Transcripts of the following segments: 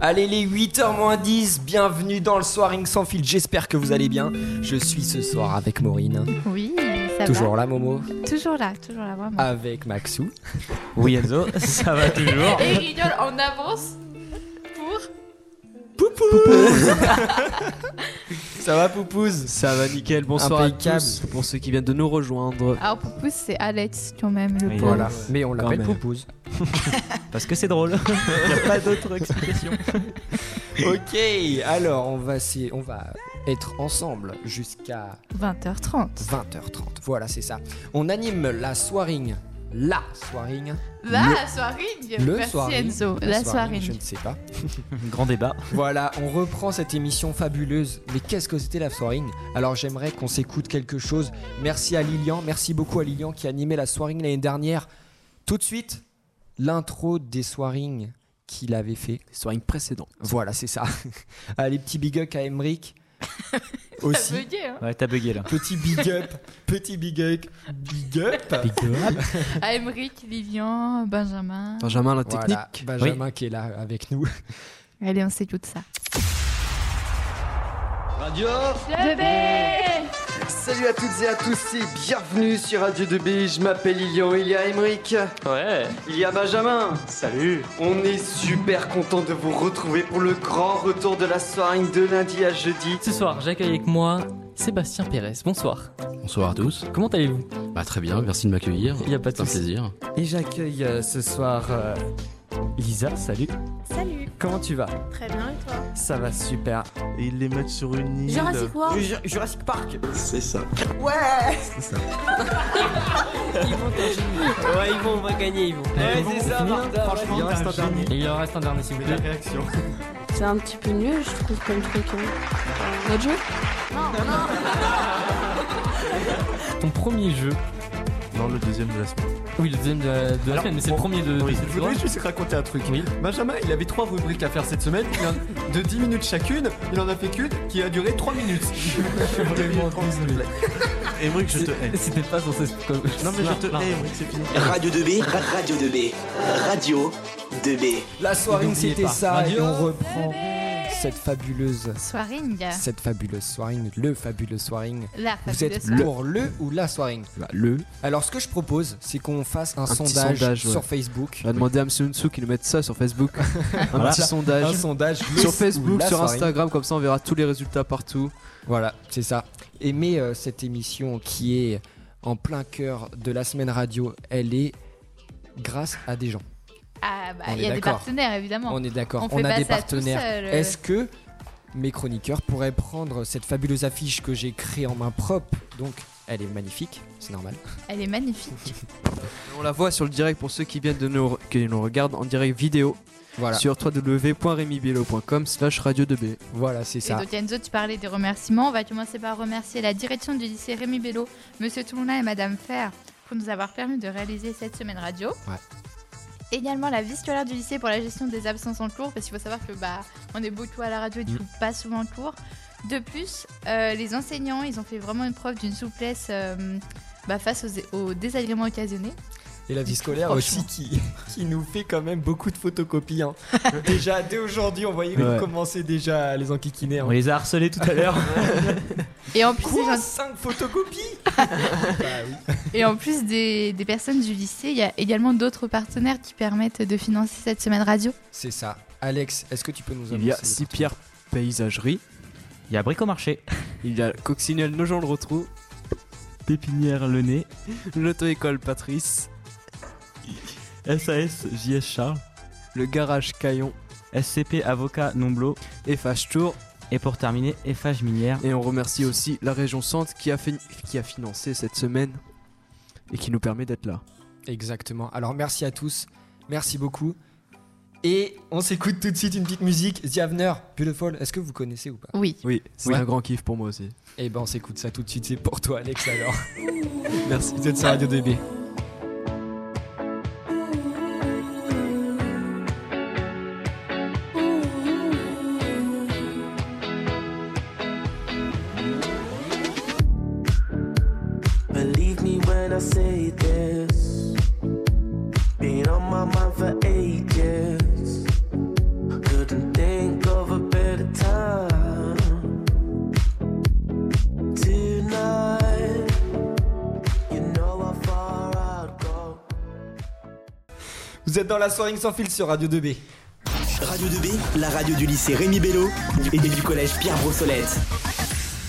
Allez les 8h moins 10, bienvenue dans le Soiring sans fil, j'espère que vous allez bien. Je suis ce soir avec Maureen, Oui, ça toujours là Momo, va. Toujours là, toujours là, vraiment. avec Maxou. Oui Enzo, ça va Ah. toujours. Et Guignol en avance pour. Ça va Poupouze Ça va nickel, bonsoir à Impeccable. tous pour ceux qui viennent de nous rejoindre. Alors, Ah, pour plus, c'est Alex quand même, le Oui, pauvre. Voilà, mais on l'appelle Quand même. Poupouze. Parce que c'est drôle, il a pas d'autre explication. Ok, alors on va, s'y- on va être ensemble jusqu'à 20h30. 20h30. Voilà, c'est ça. On anime la Soiring, la Soiring, La Le- soirée le Euh, Merci Soiring. Enzo. La, soirée. je ne sais pas. Grand débat. Voilà, on reprend cette émission fabuleuse. Mais qu'est-ce que c'était la soirée Alors j'aimerais qu'on s'écoute quelque chose. Merci à Lilian, merci beaucoup à Lilian qui a animé la soirée l'année dernière. Tout de suite, l'intro des soirées qu'il avait fait. Soiring précédent. Voilà, c'est ça. Ah, les petits big up à Emric. Aussi. hein. Ouais, t'as bugué là. Petit big up, petit big up, big up. À Emeric, Lilian, Benjamin. Benjamin la Voilà, technique. Benjamin qui est là avec nous. Allez, on s'écoute ça. Radio Je Salut à toutes et à tous et bienvenue sur Radio 2B, je m'appelle Ilian, il y a Emeric, Ouais, il y a Benjamin. salut On est super content de vous retrouver pour le grand retour de la soirée de lundi à jeudi. Ce soir, j'accueille avec moi Sébastien Pérez. Bonsoir. Bonsoir à tous. Comment allez-vous Bah très bien, merci de m'accueillir. Il y a pas de C'est un souci. plaisir. Et j'accueille euh, ce soir Lisa, salut. Salut, Comment tu vas très bien et toi Ça va super. Eh, Et ils les mettent sur une île. Jurassic World Jurassic Park Ouais, Yvon, on va gagner, Yvon. c'est ça, Franchement, il reste un dernier. Il en reste un dernier, s'il vous plaît. réaction. C'est un petit peu nul je trouve comme truc. hein. Notre jeu Ton premier jeu. Non, le deuxième de la semaine. Oui, le deuxième de la, de la Alors, semaine, mais c'est le bon, premier de. Oui, de cette je voulais soirée. juste raconter un truc. Oui. Benjamin, il avait trois rubriques à faire cette semaine, il en- de 10 minutes chacune, il en a fait qu'une qui a duré 3 minutes. Je suis vraiment désolé. Émeric, je te hais. C'était pas censé. Non, mais je te Non. hais, Émeric, c'est fini. Radio 2B, ra- Radio 2B, Radio 2B. La soirée N'oubliez c'était pas. ça et Radio on reprend cette fabuleuse Soirée, cette fabuleuse soirée, le fabuleux soirée. La Vous fabuleuse êtes soirée. pour le ou la soirée le. Alors ce que je propose, c'est qu'on fasse un, petit sondage, sondage, ouais. sur Facebook. Je vais demander à Monsieur Unsu qu'il nous mette ça sur Facebook. un petit Un sondage. sondage le ou Sur Facebook, la sur soirée. Instagram, comme ça on verra tous les résultats partout. Voilà, c'est ça. Aimez euh, cette émission qui est en plein cœur de la semaine radio. Elle est grâce à des gens. Ah, bah, On il est y a des d'accord. partenaires, évidemment. On est d'accord. On On, fait a pas des ça tout partenaires. seul, euh. Est-ce que mes chroniqueurs pourraient prendre cette fabuleuse affiche que j'ai créée en main propre Donc, elle est magnifique, c'est normal. Elle est magnifique. On la voit sur le direct pour ceux qui viennent de nous, qui nous regardent en direct vidéo Voilà, sur www.remibello.com slash radio 2b. voilà, c'est ça. Et donc Enzo, tu parlais des remerciements. On va commencer par remercier la direction du lycée Rémi Bello, Monsieur Toulonla et Madame Fer pour nous avoir permis de réaliser cette semaine radio. Ouais. Également la vie scolaire du lycée pour la gestion des absences en cours, parce qu'il faut savoir que bah on est beaucoup à la radio Mm. et du coup pas souvent en cours. De plus, euh, les enseignants, ils ont fait vraiment une preuve d'une souplesse euh, bah, face aux, aux désagréments occasionnés. Et la vie scolaire Oh, Franchement. aussi qui, qui nous fait quand même beaucoup de photocopies. hein. déjà, dès aujourd'hui, on voyait Ouais. commencer déjà à les enquiquiner. hein. les a harcelés tout à l'heure. Et en plus, les gens- 5 photocopies Et en plus des, des personnes du lycée, il y a également d'autres partenaires qui permettent de financer cette semaine radio. C'est ça. Alex, est-ce que tu peux nous annoncer Il y a les six partenaires pierres paysagerie. Il y a Bricomarché, Il y a Coccinelle Nogent le retrou, Pépinière Le Nez, l'auto-école Patrice, SAS JS Charles, le garage Caillon SCP Avocat Nomblo et Fâche Tour. et pour terminer FH Minière. Et on remercie aussi la région Centre qui a, fait- qui a financé cette semaine et qui nous permet d'être là. Exactement. Alors merci à tous. Merci beaucoup. Et on s'écoute tout de suite une petite musique. The Avener, Beautiful. Est-ce que vous connaissez ou pas Oui. Oui, c'est Oui. un grand kiff pour moi aussi. Eh ben on s'écoute ça tout de suite. C'est pour toi Alex alors. Merci d'être sur Radio DB. Believe me when I say this. Been on my mind for ages. Couldn't think. Vous êtes dans la soirée sans fil sur Radio 2B. Radio 2B, la radio du lycée Rémi Bello et du collège Pierre Brossolette.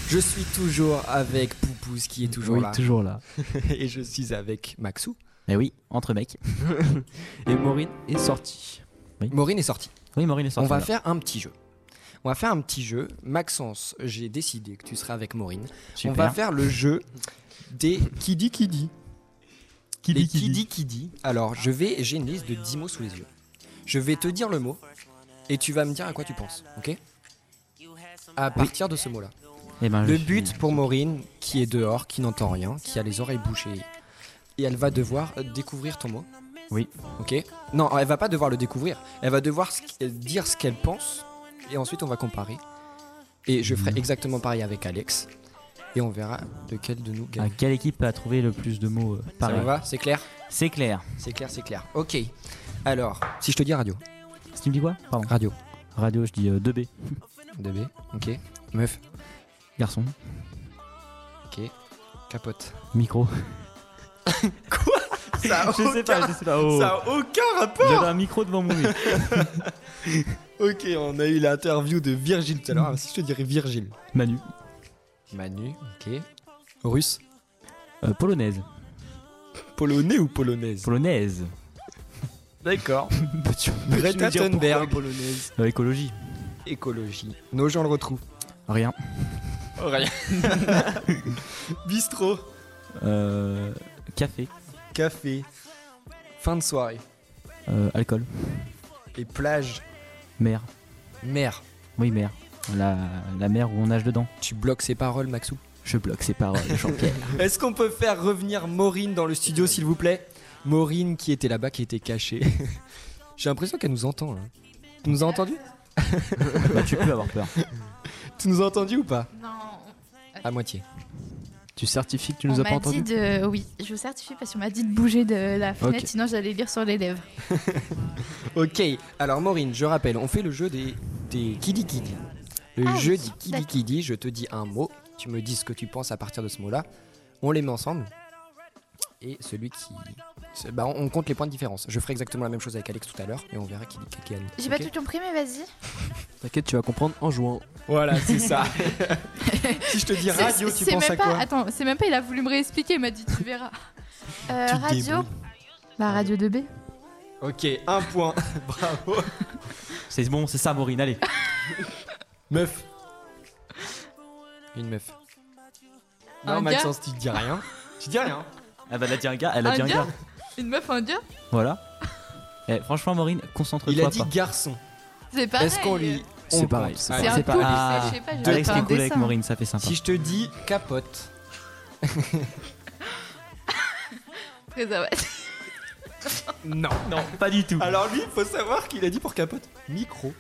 Je suis toujours avec Poupouz qui est toujours Oui, là. toujours là. Et je suis avec Maxou. Mais oui, entre mecs. Et Maureen est sortie. Maureen est sortie. Oui, Maureen est sortie. On va voilà. faire un petit jeu. On va faire un petit jeu. Maxence, j'ai décidé que tu seras avec Maureen. Super. On va Ah, faire le jeu des qui dit qui dit. Qui Les dit, qui dit. qui dit. Alors, je vais j'ai une liste de 10 mots sous les yeux. Je vais te dire le mot et tu vas me dire à quoi tu penses, OK À partir de ce mot-là. Eh ben, Le je- but pour Maureen, qui est dehors, qui n'entend rien, qui a les oreilles bouchées, et elle va devoir euh, découvrir ton mot. Oui. Ok. Non, elle va pas devoir le découvrir. Elle va devoir ce qu'- euh, dire ce qu'elle pense, et ensuite on va comparer. Et je Mhm. ferai exactement pareil avec Alex, et on verra lequel de nous Ah, gagne. quelle équipe a trouvé le plus de mots euh, Ça pareil vous va C'est clair C'est clair. C'est clair, c'est clair. Ok. Alors, si je te dis radio, Si tu me dis quoi Pardon. radio, Radio, je dis euh, 2B. 2B, ok. Meuf, Garçon. ok. Capote. Micro. Ça a je sais pas, je sais pas. Oh. a aucun rapport. J'avais un micro devant mon nez. Ok, on a eu l'interview de Virgile tout à l'heure. Si je te dirais Virgile. Manu. Manu, ok. Russe. Euh, polonaise. Polonais ou polonaise Polonaise. D'accord. nous Greta dire pourquoi Thunberg. Euh, écologie. Écologie. Nos gens le retrouvent. Rien. rien. Bistrot. Euh, café. Café. Fin de soirée. Euh, alcool. Et plage. Mer. Mer. Oui, mer. La, la mer où on nage dedans. Tu bloques ces paroles, Maxou. Je bloque euh, ces paroles, Jean-Pierre. Est-ce qu'on peut faire revenir Maureen dans le studio, s'il vous plaît Maureen qui était là-bas, qui était cachée. J'ai l'impression qu'elle nous entend. Là. Tu nous as entendu bah, tu peux avoir peur. Tu nous as entendu ou pas Non, À moitié. Tu certifies que tu on nous as m'a pas entendu dit de... Oui, je certifie parce qu'on m'a dit de bouger de la fenêtre, Ok. sinon j'allais lire sur les lèvres. Ok, alors Maureen, je rappelle, on fait le jeu des, des qui dit qui dit. Le Ah, jeu oui, dit qui dit d'accord. qui dit, je te dis un mot, tu me dis ce que tu penses à partir de ce mot-là, on les met ensemble. Et celui qui. ce- Bah, on on compte les points de différence. Je ferai exactement la même chose avec Alex tout à l'heure et on verra qui dit qui gagne. J'ai Ok pas tout compris, mais vas-y. T'inquiète, tu vas comprendre en jouant. Voilà, c'est ça. si je te dis C'est- radio, tu c'est penses même à pas- quoi Attends, c'est même pas, il a voulu me réexpliquer, il m'a dit tu verras. Euh, Tu te radio La radio 2B Ok, un point. Bravo. C'est bon, c'est ça, Maureen, allez. Meuf. Une meuf. Non, Un gars Maxence, tu dis rien. Tu dis rien. Ah bah, elle a dit un gars, elle a Un dit un gars gars. Une meuf en dieu Voilà. Eh, franchement, Maureen, concentre-toi Il a pas. dit garçon. C'est pareil. Est-ce qu'on lui. on C'est pareil. compte c'est Allez. C'est Ah, un c'est couple, pas- c'est- Ah, je sais pas, je Alex pas qui un est cool avec dessin. Maureen, ça fait sympa. Si je te dis capote, Préservatif. non, non. Pas du tout. Alors lui, faut savoir qu'il a dit pour capote micro.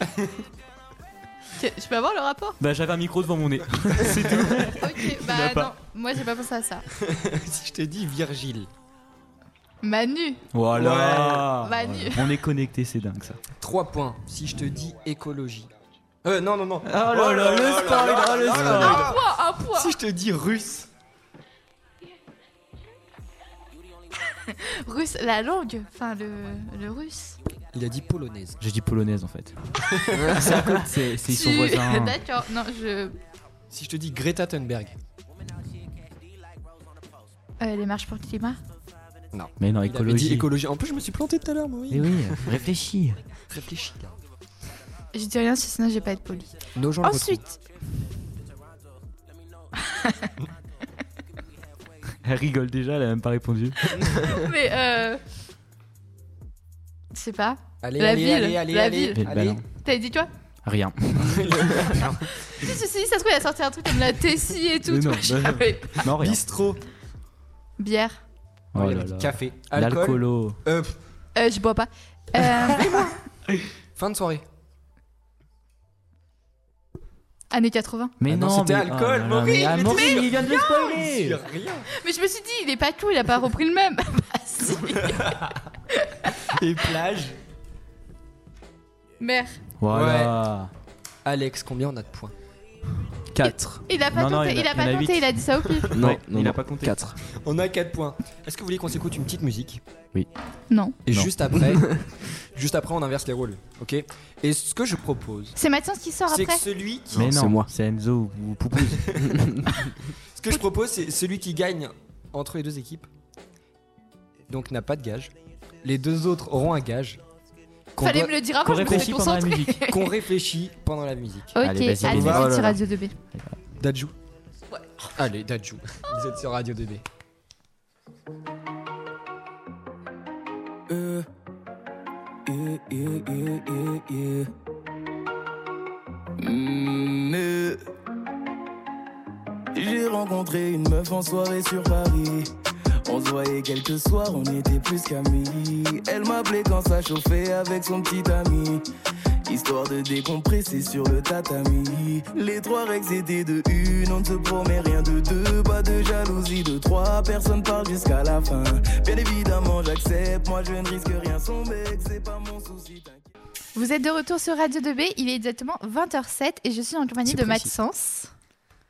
Ok, Je peux avoir le rapport Bah, j'avais un micro devant mon nez. c'est tout. Ok, l'as bah pas. non, moi j'ai pas pensé à ça. si je te dis Virgile, Manu Voilà. Ouais. Manu. On est connectés, c'est dingue ça. 3 points. Si je te dis écologie, euh non non non. Oh là là, le spoil, oh le spoil. Un point, un point Si je te dis russe, Russe, la langue, enfin le, le russe. il a dit polonaise. J'ai dit polonaise en fait. c'est à côté, c'est- c'est- ils sont Tu- voisins. D'accord, non, je. Si je te dis Greta Thunberg, Euh, les marches pour le climat Mais non, il avait dit écologie. écologie. Eh En plus, je me suis planté tout à l'heure, moi. Mais oui, réfléchis. Réfléchis là. Je dis rien, sinon je vais pas être poli. Nos gens le Ensuite, Elle rigole déjà, elle a même pas répondu. mais euh. Je sais pas. retrouvent. Allez, La allez, ville, allez, allez, la allez, ville. Mais bah allez. non. T'as dit quoi Rien. Si, si, si, ça se trouve, il a sorti un truc comme la Tessie et tout. Mais tu non, vois, je bah non. savais pas. Non, rien. Bistrot, Bière. Il Oh là avait dit là. café, alcool, L'alcoolo. Euh, pff, Euh, je bois pas. Euh, fin de soirée. années 80. Mais Ah non, non, c'était mais- alcool, oh là là, Maureen, mais- ah, mais Maureen, t'es il vient de le Il y spoiler. a rien. Mais je me suis dit, il est pas cool, il a pas repris le même. Bah, si. Et plage. Mère. Voilà. Alex, combien on a de points 4. Il a pas Non, non, compté, il y en il a- a pas il y en a compté, huit. il a dit ça au pif. Non, Ouais, il a pas compté. 4. On a 4 points. Est-ce que vous voulez qu'on s'écoute une petite musique Oui. Non. Et Non. juste après, juste après, on inverse les rôles, ok Et ce que je propose, C'est Mathias qui sort c'est que après. celui qui, Mais Non, non, c'est moi. C'est Enzo ou Poupou. ce que je propose, c'est celui qui gagne entre les deux équipes, donc n'a pas de gage. Les deux autres auront un gage qu'on Fallait doit- me le dire avant, qu'on je me Oh. suis réfléchit pendant la concentré. musique. qu'on réfléchit pendant la musique. Ok, Allez, allez, vas-y, allez, vas-y. Oh c'est sur Radio 2B. Dadju. Allez, Dadju. Vous êtes sur Radio DB. Uh, yeah, yeah, yeah, yeah, yeah. euh. Mm, euh. J'ai rencontré une meuf en soirée sur Paris. On se voyait quelques soirs, on était plus qu'amis. Elle m'appelait quand ça chauffait avec son petit ami. Histoire de décompresser sur le tatami. Les trois règles étaient de une, on ne se promet rien de deux. Pas de jalousie de trois, personne parle jusqu'à la fin. Bien évidemment, j'accepte, moi je ne risque rien. Son mec, c'est pas mon souci, t'inquiète. Vous êtes de retour sur Radio 2B, il est exactement 20h07 et je suis en compagnie C'est de précis. Maxence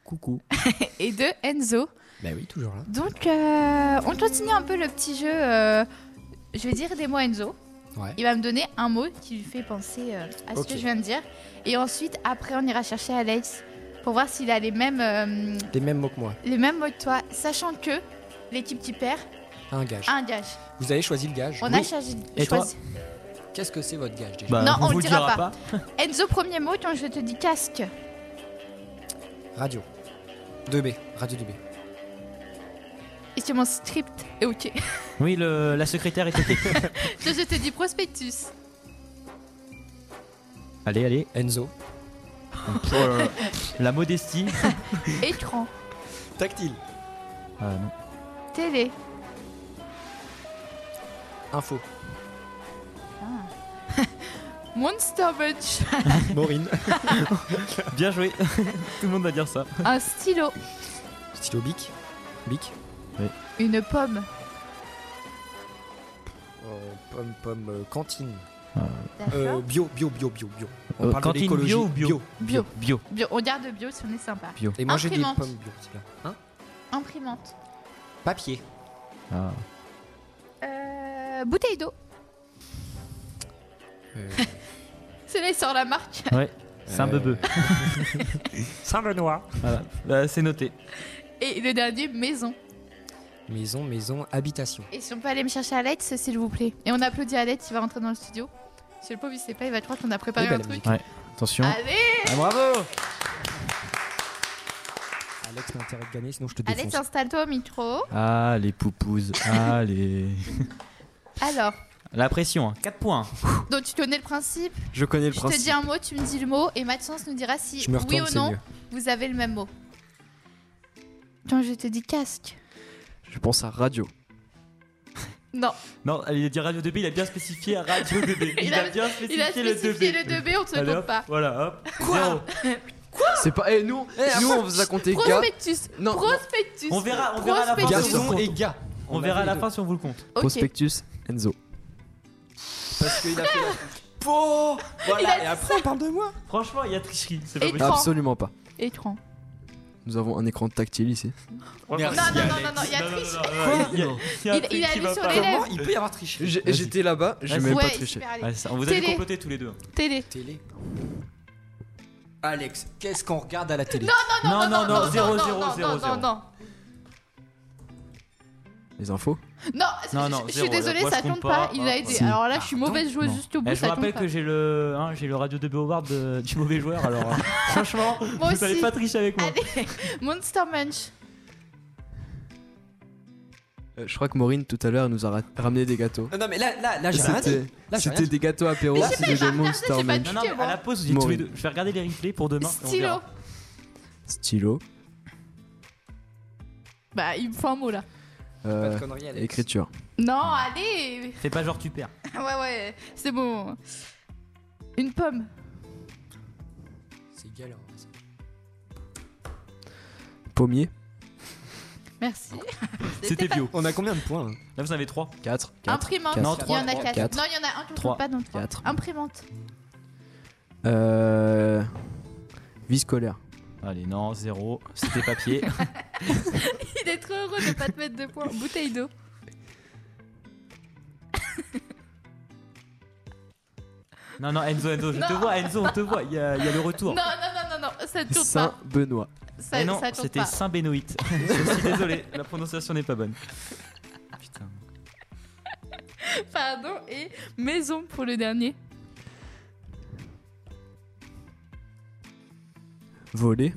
Coucou. et de Enzo. Bah oui, toujours là. Donc, euh, on continue un peu le petit jeu. euh, je vais dire des mots à Enzo. Ouais. Il va me donner un mot qui lui fait penser euh, à ce Ok. que je viens de dire. Et ensuite, après, on ira chercher Alex pour voir s'il a les mêmes, euh, Les mêmes mots que moi. les mêmes mots que toi, sachant que l'équipe qui perd Un gage. a un gage. Vous avez choisi le gage. Ah. On a Oui. choisi. Et toi choisi- Qu'est-ce que c'est votre gage déjà Bah, Non, vous on vous le le dira dira pas. Enzo, premier mot, quand je te dis casque. Radio. 2B. Radio 2B. Et c'est mon script. Et ok. Oui, le- la secrétaire est têtée. je je te dis prospectus. allez, allez. Enzo. Oh là là. La modestie. Écran. Tactile. Ah, non. Télé. Info. Monster Bunch. Maureen. Bien joué. Tout le monde va dire ça. Un stylo. Stylo Bic. Bic. Une pomme. Euh, pomme, pomme, euh, cantine. Euh, D'accord. bio, bio, bio, bio, bio. Euh, de cantine l'écologie. bio ou bio Bio. Bio. Bio. On garde bio si on est sympa. Et manger des Imprimante. pommes bio, c'est bien. Hein Imprimante. Papier. Ah. Euh, bouteille d'eau. Euh, Celui-là, il sort la marque. Ouais. C'est un Euh, bebeu. Saint-Benoît. Voilà. Bah, c'est noté. Et le dernier, maison. Maison, maison, habitation. Et si on peut aller me chercher Alex, s'il vous plaît. Et on applaudit Alex, il va rentrer dans le studio. Si le pauvre, il sait pas, il va croire qu'on a préparé Oui, bah, un la truc. musique. Attention. Allez, Ah, bravo Alex, t'as intérêt de gagner, sinon je te défonce. Alex, installe-toi au micro. Ah, les poupouzes. Ah, les... Alors, La pression, 4 points. donc tu connais le principe. Je connais le Je te principe. dis un mot, tu me dis le mot, et Maxence nous dira si je me oui retourne, ou c'est non mieux. Vous avez le même mot. Quand je te dis casque. Je pense à radio. Non, Non, il a dit Radio 2B, il a bien spécifié à Radio 2B. Il Il, a- a, bien spécifié, il a spécifié le le 2B. 2B, on ne se Allez, compte hop, pas. Voilà, hop. Zéro. C'est pas. Eh, nous, nous, on vous a compté 4. Prospectus. Non. Prospectus. On verra- on verra à la fin. Prospectus. Garçon et gars. On, a verra fait à la les fin si on vous le compte. Ok. Prospectus Enzo. Parce qu'il a fait la Po Il a Voilà, dit et après on parle de moi Franchement, il y a tricherie. C'est Et pas possible. Écran. Absolument pas. Écran. Nous avons un écran tactile ici. Non, non, non, non, non, il y a triche. tricherie. Il, y a un Il- truc il a qui allé va sur pas. les lèvres. Comment il peut y avoir triché J'ai- Vas-y. J'étais là-bas, j'ai Vas-y. même pas Ouais, triché. super, allez. Ouais, ça, on vous avez Télé. comploté tous les deux. Télé. Télé. Alex, qu'est-ce qu'on regarde à la télé Non, non, non, 0, Oh, non, 0, non, 0, non, non, 0. non. Les infos Non, Non, je- non, je- je suis zéro, désolée, moi, je ça compte compte pas. pas. Il a aidé. Si. Alors là, je suis mauvaise joueuse Non. juste au bout, Eh, je vous ça compte rappelle pas. que j'ai le, hein, j'ai le Radio 2B Award de- du mauvais joueur, alors euh, franchement, Moi vous n'allez aussi. pas tricher avec moi. Allez, Monster Munch. Euh, Je crois que Maureen tout à l'heure elle nous a ra- ramené des gâteaux. Non, non, mais là, là, là j'ai Ah, rien dit. C'était Là, j'ai rien c'était dit. des gâteaux apéro, Mais j'ai pas- c'était j'ai des regardé, j'ai Monster pas Man. dit. Non, non, mais à la pause, vous dites tous les Maureen. deux. Je vais regarder les replays pour demain. et on Stylo. verra. Stylo, Bah, il me faut un mot là. Pas de euh, conneries, Alex. écriture. Non, Ah. allez. Fais pas genre tu perds. Ouais, ouais, c'est bon. Une pomme. C'est galère. hein, ça. Pommier, Merci. C'était pas- bio. On a combien de points hein là Là, vous en avez 3. 4, 4. Imprimante. quatre, Non, il y trois, en a trois, quatre. quatre. Non, il y en a un qu'on trouve Trois, pas dans le trois. quatre. Imprimante. Euh, vie scolaire. Allez, non, zéro. C'était papier. Il est trop heureux de pas te mettre de points. Bouteille d'eau. non, non, Enzo, Enzo, je te Non. vois, Enzo, on te voit. Il y, a il y a le Non, retour. non, non, non, non, ça tourne pas. Saint-Benoît. Ça, Eh non, ça tourne c'était pas. Saint-Bénoït. je suis désolé, la prononciation n'est pas bonne. Pardon, et maison pour le dernier. Voler.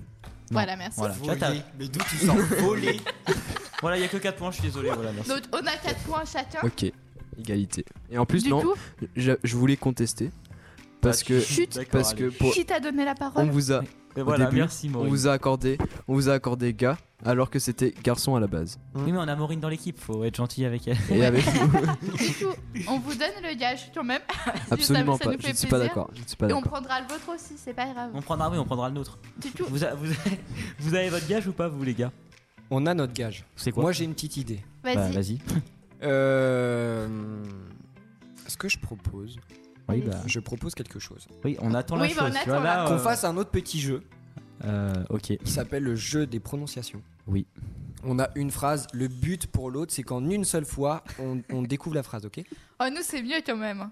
Voilà, merci. Voilà, Voler. Mais d'où tu sors Voler. Voilà, il y a que 4 points, je suis désolé. Voilà, merci. Donc, on a 4 points chacun. Ok, égalité. Et en plus, Du non, coup je, je voulais contester. Parce Ah, que. chut. parce que pour, Qui t'a donné la on parole vous a. Et au voilà, début, merci, on Maureen. vous a accordé, on vous a accordé gars, alors que c'était garçon à la base. Oui, mais on a Maureen dans l'équipe, faut être gentil avec elle. Et avec vous, Du coup, on vous donne le gage quand même. Si absolument ça- ça pas. nous Je fait ne suis pas plaisir. d'accord. Je ne suis pas Et on d'accord. prendra le vôtre aussi, c'est pas grave. On prendra, oui, on prendra le nôtre. Du tout. Vous, a- vous, vous avez votre gage ou pas, vous les gars On a notre gage. C'est quoi Moi, j'ai une petite idée. Vas-y. Bah, Vas-y. Euh, Ce que je propose, Oui, bah, je propose quelque chose. oui, on attend la Oui, bah, on chose. tu attend, vois, là, là. Qu'on euh, fasse un autre petit jeu euh, ok. qui s'appelle le jeu des prononciations. Oui. On a une phrase, le but pour l'autre, c'est qu'en une seule fois, on, on découvre la phrase, ok Oh, nous, c'est mieux quand même.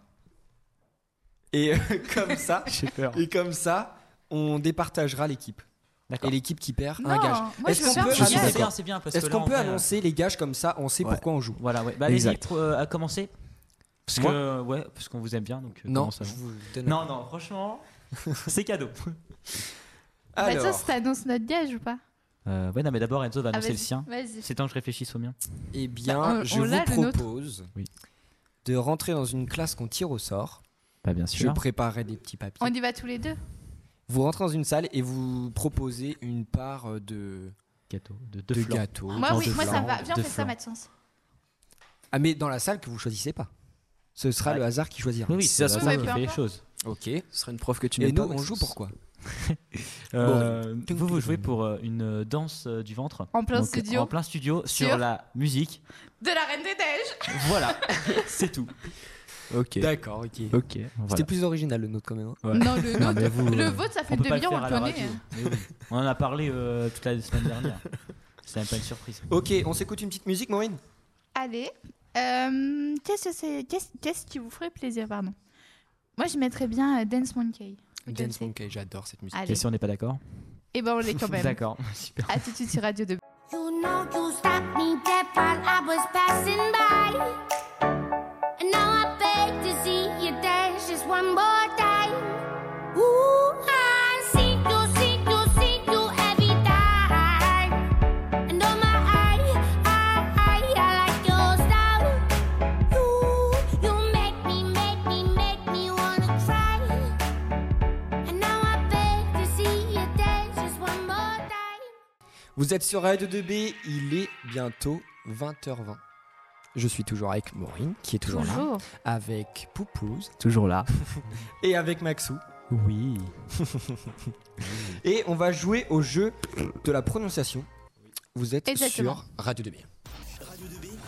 Et euh, comme ça, J'ai peur. et comme ça, on départagera l'équipe. Et D'accord. l'équipe qui perd a Non, un gage. moi, Est-ce je qu'on veux faire peut- un Je suis gage. C'est d'accord. Ah, bien, c'est bien. parce Est-ce que là, qu'on on peut fait, euh, annoncer les gages comme ça On sait Ouais. pourquoi on joue. Voilà, ouais. Bah, allez-y, Exact. tr- euh, à commencer. Parce Moi que, ouais, parce qu'on vous aime bien, donc. euh, Non, commence avant. je vous donne- Non, non, franchement, c'est cadeau. Bah, ça, Alors, si t'annonces notre gage ou pas Euh, ouais, non, mais d'abord, Enzo va Ah, annoncer vas-y, le sien. Vas-y. C'est temps que je réfléchisse au mien. eh bien, Bah, on- je on vous l'a, le nôtre. propose Oui. de rentrer dans une classe qu'on tire au sort. Bah, bien Je préparerai des petits papiers. On y va tous les deux. Vous rentrez dans une salle et vous proposez une part euh, de, Gâteau de de deux flancs. gâteau. Moi, de oui, moi, ça flan. me va. Viens, on Hein de fait ça, flan. Maxence. Ah, mais dans la salle que vous choisissez pas. Ce sera Ouais. le hasard qui choisira. Oui, oui, Si c'est ça se moi trouve, qui peu fait les importe. choses. Ok. Ce serait une prof que tu et n'aimes nous, pas. on Maxence. joue pourquoi Euh, Bon. vous, vous jouez pour euh, une danse euh, du ventre. En plein Donc, studio. En plein studio, sur, Sur- la musique. De la Reine des Neiges. Voilà, c'est tout. Ok. D'accord, ok. Ok. C'était plus original le nôtre quand même. hein. Ouais. Non, le Non, mais nôtre. vous, Le euh, vôtre, ça fait on peut pas le 2 millions, hein. on faire à le la connaît. radio. Mais oui. On en a parlé euh, toute la semaine dernière. C'est même pas une surprise. Ok, on s'écoute une petite musique, Maureen Allez, euh, qu'est-ce que c'est- qu'est-ce- qu'est-ce qui vous ferait plaisir, pardon Moi, je mettrais bien euh, Dance Monkey. Ou Dance Beyoncé. Monkey, j'adore cette musique. Et Allez, si on n'est pas d'accord et ben on l'est quand même. Ah, D'accord, super. Attitude sur Radio 2. You know you stopped me dead while I was passing by. And now I beg to see you dance just one more time. Ooh, I see you, see you, see you every time. And oh my, I, I, I, I like your style. You, you make me, make me, make me wanna cry. And now I beg to see you dance just one more time. Vous êtes sur Radio 2B, il est bientôt 20h20. Je suis toujours avec Maureen, qui est toujours, là, Bonjour. avec Poupouze Toujours là. et avec Maxou. Oui. Et on va jouer au jeu de la prononciation. Vous êtes Exactement. sur Radio 2B.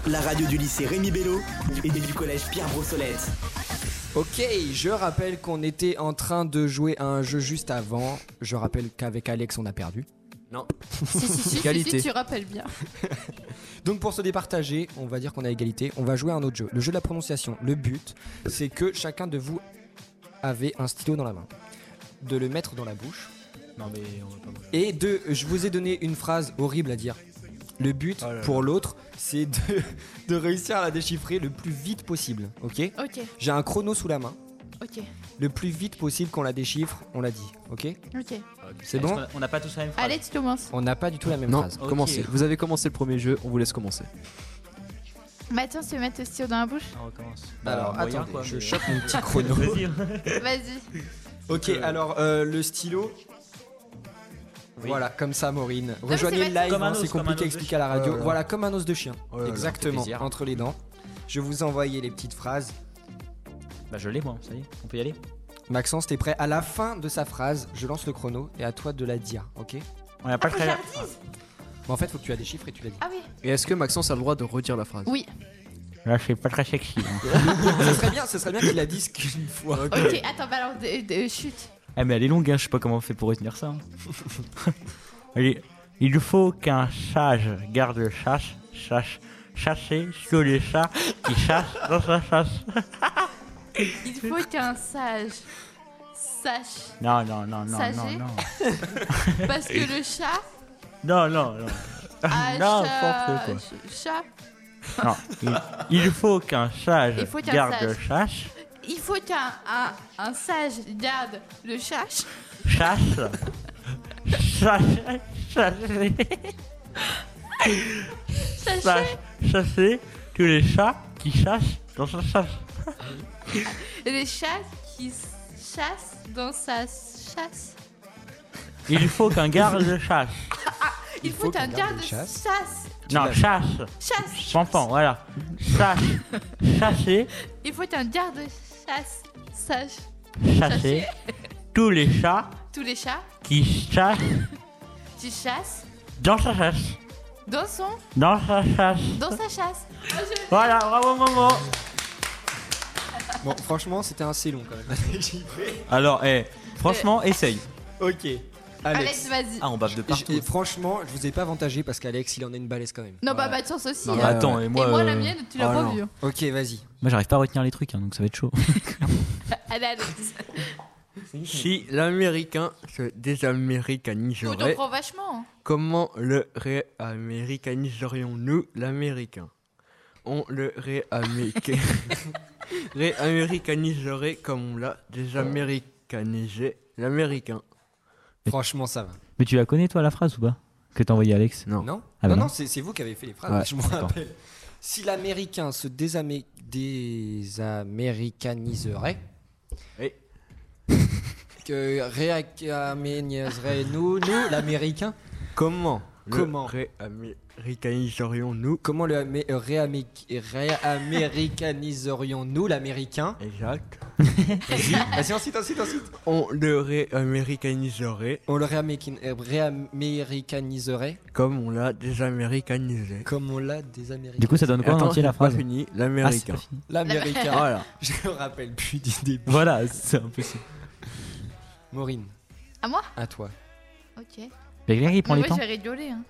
La radio du lycée Rémi Bello et du collège Pierre Brossolette. Ok, je rappelle qu'on était en train de jouer à un jeu juste avant. Je rappelle qu'avec Alex, on a perdu. si, si, si, si, si, Qualité. tu rappelles bien. Donc pour se départager, on va dire qu'on a égalité. On va jouer à un autre jeu, le jeu de la prononciation. Le but, c'est que chacun de vous avait un stylo dans la main, de le mettre dans la bouche. Non, mais on va pas bouger. Et de, je vous ai donné une phrase horrible à dire. Le Oh but pour l'autre, c'est de, de réussir à la déchiffrer le plus vite possible. Ok Ok, J'ai un chrono sous la main. ok, Le plus vite possible qu'on la déchiffre, on la dit. Ok ok. C'est Est-ce bon qu'on a- On n'a pas tous la même phrase. Allez, tu commences. On n'a pas du tout la même Non, phrase. Ok. commencez. Vous avez commencé le premier jeu, on vous laisse commencer. Mathieu, tu veux mettre le stylo dans la bouche On recommence. Alors, Bah, moyen, attendez, quoi, je mais- chope mon petit chrono. Vas-y. Vas-y. ok, alors euh, le stylo. Voilà, comme ça, Maureen. Rejoignez le Sébastien. live, Comme un hein, os, c'est comme un os compliqué de à expliquer à la radio. Oh là là. Voilà, comme un os de chien. Oh là là, Exactement, plaisir. entre les dents. Je vous envoyais les petites phrases. Bah, je l'ai, moi, ça y est. On peut y aller Maxence, t'es prêt À la fin de sa phrase, je lance le chrono et à toi de la dire, ok Mais On n'a pas Faut que très- je la redise En fait, faut que tu la déchiffres et tu la dis. Ah oui, Et est-ce que Maxence a le droit de redire la phrase oui. Là, je suis pas très sexy. hein. ce serait bien, ce serait bien qu'il la dise qu'une fois. Ok, attends, bah alors, de- de- chut. Eh, mais elle est longue, hein, je sais pas comment on fait pour retenir ça. hein. Allez, il faut qu'un sage garde le chasse, chasse, chasser sur les chats qui chassent dans sa chasse. Il faut qu'un sage sache Non, non, non, non, non, Sager non. parce que le chat Non, non, non. Ah, a N'importe quoi. chat- chat. Non, il, il faut qu'un sage Il faut qu'un garde sage. le chasse, Il faut qu'un un, un sage garde le chat. chasse, chasse, chasser, chasse, chasser tous les chats qui chassent dans sa chasse. Les chats qui s- chassent dans sa chasse. Il faut qu'un garde le chasse. Il, faut, qu'un garde chasse. Non, chasse. Chasse. Je m'entends, voilà. Chasse, chasser, Il faut qu'un garde chasse sache chasser tous les chats tous les chats qui chassent qui chassent dans sa chasse. dans son Dans sa chasse. dans sa chasse. Oh, je- Voilà, bravo maman. Bon, franchement, c'était assez long quand même. Alors, eh, franchement, essaye. ok. Alex, vas-y. Ah, on bave de partout. Et franchement, je vous ai pas avantagé parce qu'Alex, il en a une balèze quand même. Non, bah, bah, de chance aussi. Non, mais hein. attends, et moi, la euh, mienne, tu l'as oh pas non. vue. Ok, vas-y. Moi j'arrive pas à retenir les trucs, hein, donc ça va être chaud. Allez, Alex. Si l'américain se Ou t'en désaméricaniserait, prends vachement. hein. comment le réaméricaniserions-nous l'américain On le réaméricain- réaméricaniserait comme on l'a désaméricanisé l'américain. Franchement, ça va. Mais tu la connais toi la phrase ou pas Que t'as envoyé Alex Non. Non Ah bah Non, non. non, c'est c'est vous qui avez fait les phrases, Ouais, je m'en d'accord. rappelle. Si l'américain se désamé- désaméricaniserait. Oui. Que réaméniserait nous, nous, l'américain Comment le Comment réaméricaniserions-nous Comment le amé- euh, réamé- réaméricaniserions-nous l'américain Exact. Vas-y, ensuite, ensuite, ensuite. On le réaméricaniserait On le réaméquin- euh, réaméricaniserait comme on l'a désaméricanisé. comme on l'a désaméricain. Du coup ça donne quoi en Attends, entier la c'est pas phrase fini, Ah, c'est l'américain. pas fini. L'américain. Voilà. Je me rappelle plus du début. Voilà, c'est impossible. Maureen, À moi à toi. Ok. Mais quelqu'un qui prend Mais ouais, les temps j'ai rigolé. Hein.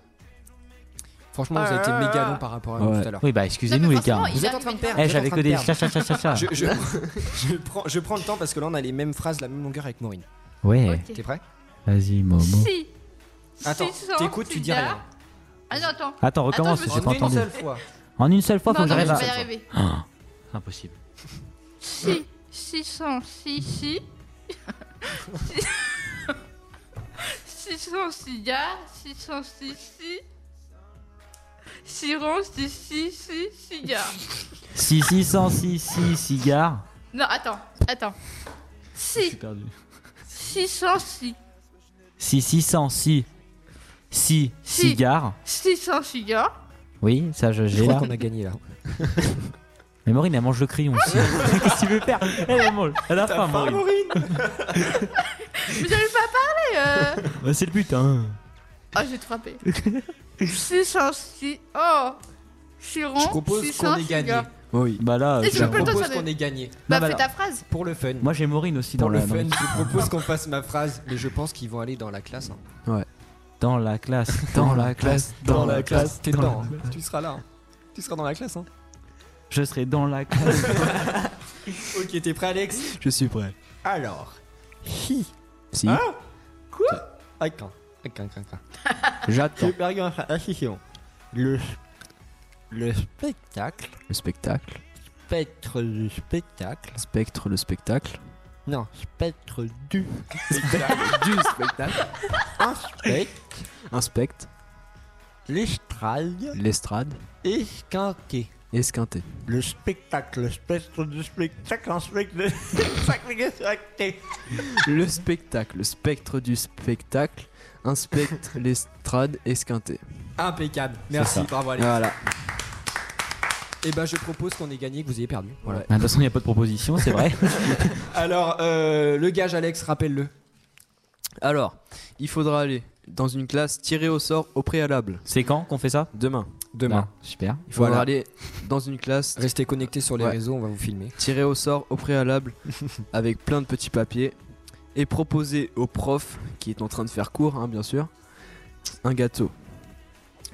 Franchement, vous avez été Ah. méga long par rapport à nous Ouais. tout à l'heure. Oui bah excusez-nous les gars. Vous êtes en train de perdre. Eh vous êtes en j'avais train que de des perdre. cha cha cha cha cha. Je, je, je prends, je prends le temps parce que là on a les mêmes phrases, la même longueur avec Maureen. Ouais, Ok. T'es prêt vas-y Momo. Si. Attends, Si, sans, t'écoutes, tu dis as- rien. Ah non, attends. Attends, recommence, Attends, je me suis j'ai pas En une entendu. seule fois. En une seule fois, faut Non, que non, je j'arrive vais y à. arriver. Ah, Impossible. Si, si, sans, si, si. Si, sans cigare, si, sans, si, si. Chiron, si, si, si, cigare. Si, si, sans, si, si, cigare. Non, attends, attends. Si, perdu. si, sans, si. Si, si, sans, si. Si, Si. cigare. Si, sans cigare. Oui, ça, je- Je j'ai crois là. qu'on a gagné là. Mais Maureen, elle mange le crayon aussi. Qu'est-ce que tu veux faire Elle, elle mange. Elle a faim, Maureen. Mais j'arrive pas à parler, euh. Bah, c'est le but, hein. Ah, j'ai frappé. Si, sans, si. Oh. Chiron, Je propose si, qu'on sans ait gagné. cigare. Oui. Bah là, Et je- Je j'ai pas le temps de propose faire qu'on ait gagné. Bah, bah, fais alors. ta phrase. Pour le fun. moi j'ai Maureen aussi dans Pour le la, fun, dans- je propose qu'on fasse ma phrase, mais je pense qu'ils vont aller dans la classe. hein. dans la classe, dans la classe, dans la classe. T'es dans la dedans. hein. classe. Tu seras là. hein. Tu seras dans la classe. Hein. Je serai dans la classe. Ok, t'es prêt, Alex Je suis prêt. Ah Alors. Si. Si. Attends. Attends, attends, attends. J'attends. Attention. Le, le spectacle. Le spectacle. Spectre du spectacle. Spectre le spectacle. Non, spectre du. du spectacle. Spectre. Inspecte. L'estrade. L'estrade. Esquinté. Esquinté. Le spectacle, le spectre du spectacle, un spectre de spectacle esquinté. Le spectacle. Le spectre du spectacle. Inspecte l'estrade esquinté. Impeccable. Merci, ça. bravo Alex. Voilà. Et ben je propose qu'on ait gagné, que vous ayez perdu. Voilà. Ah, De toute façon, il n'y a pas de proposition, c'est vrai. Alors, euh, le gage Alex, rappelle-le. Alors, il faudra aller dans une classe tirée au sort au préalable. C'est quand qu'on fait ça Demain. Ah, super. Il faudra Voilà. aller dans une classe Restez connectés sur les Ouais. réseaux, on va vous filmer. tirée au sort au préalable avec plein de petits papiers. et proposer au prof, qui est en train de faire cours, hein, bien sûr, un gâteau.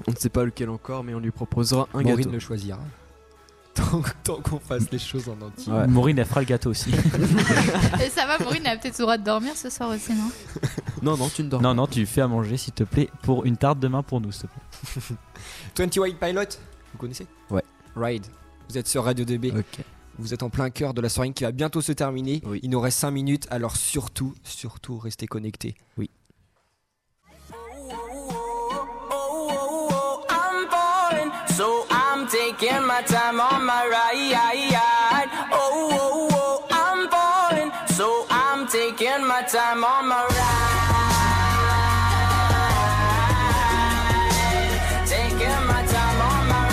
On ne sait pas lequel encore, mais on lui proposera un Maureen gâteau. le choisira. Tant, tant qu'on fasse les choses en entier. Ouais. Maureen, elle fera le gâteau aussi. Et ça va, Maureen, elle a peut-être le droit de dormir ce soir aussi, non non, non, tu ne dors Non, non, tu fais à manger, s'il te plaît, pour une tarte demain pour nous, s'il te plaît. 28 Pilot, vous connaissez Ouais. Ride. Vous êtes sur Radio DB. Vous êtes en plein cœur de la soirée qui va bientôt se terminer. Il nous reste 5 minutes, alors surtout, surtout, restez connectés. Oui. Oh, I'm falling, so I'm taking my time on my ride. Oh, oh, oh, I'm falling, so I'm taking my time on my ride. Taking my time on my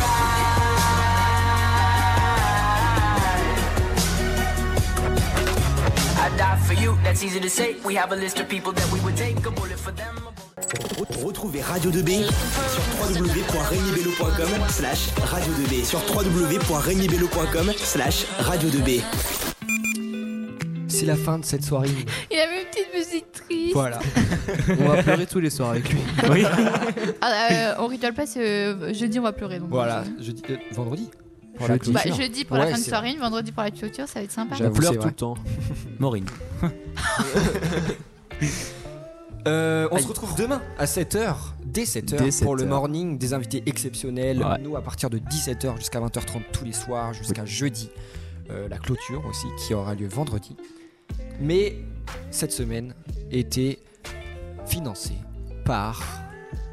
ride. I die for you, that's easy to say. We have a list of people that we would take a bullet for them. Retrouvez Radio 2B sur www.regnibello.com slash Radio 2B sur www.regnibello.com slash Radio 2B. C'est la fin de cette soirée. Il avait une petite musique triste. Voilà. On va pleurer tous les soirs avec lui. Ah, euh, on rigole pas, ce jeudi on va pleurer donc. Voilà, jeudi, euh, vendredi. pour la Jeudi, bah, clôture. jeudi pour Ouais, la fin de c'est soirée, vendredi pour la clôture, ça va être sympa. J'avoue, Pleure c'est tout vrai. le temps. Maureen. Euh, on se retrouve demain à 7h, dès 7h, Dès pour le 7h. morning, des invités exceptionnels. Ouais. Nous, à partir de 17h jusqu'à 20h30 tous les soirs, jusqu'à jeudi. Euh, la clôture aussi, qui aura lieu vendredi. Mais cette semaine était financée par.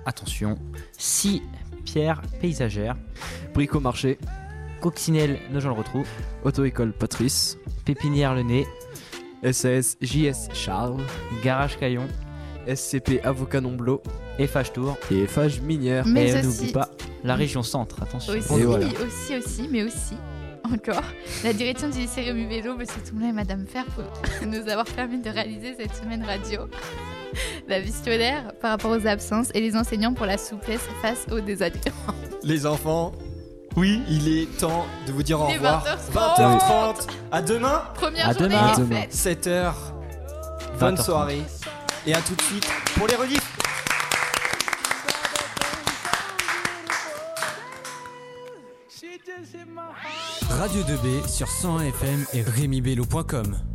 Attention, si pierre paysagère, brico marché, coccinelle, nos gens le retrouvent, auto-école Patrice, pépinière le nez, SAS JS Charles, garage Caillon, SCP Avocat Nomblot, FH Tour et FH Minière. Mais et aussi- Eh, n'oublie pas la région centre, attention. Aussi, aussi, aussi, mais aussi, encore, la direction du lycée Rémi Vélo, M. Toumla et Madame Fer pour nous avoir permis de réaliser cette semaine radio. La vie scolaire par rapport aux absences et les enseignants pour la souplesse face aux désagréments. Les enfants, oui, il est temps de vous dire au Il est revoir. 20h30. 20h30. À demain. Première À journée demain. des fêtes. 7h. Bonne 20h30. soirée. Et à tout de suite pour les rediffs. Radio 2B sur 101 FM et RémiBello.com.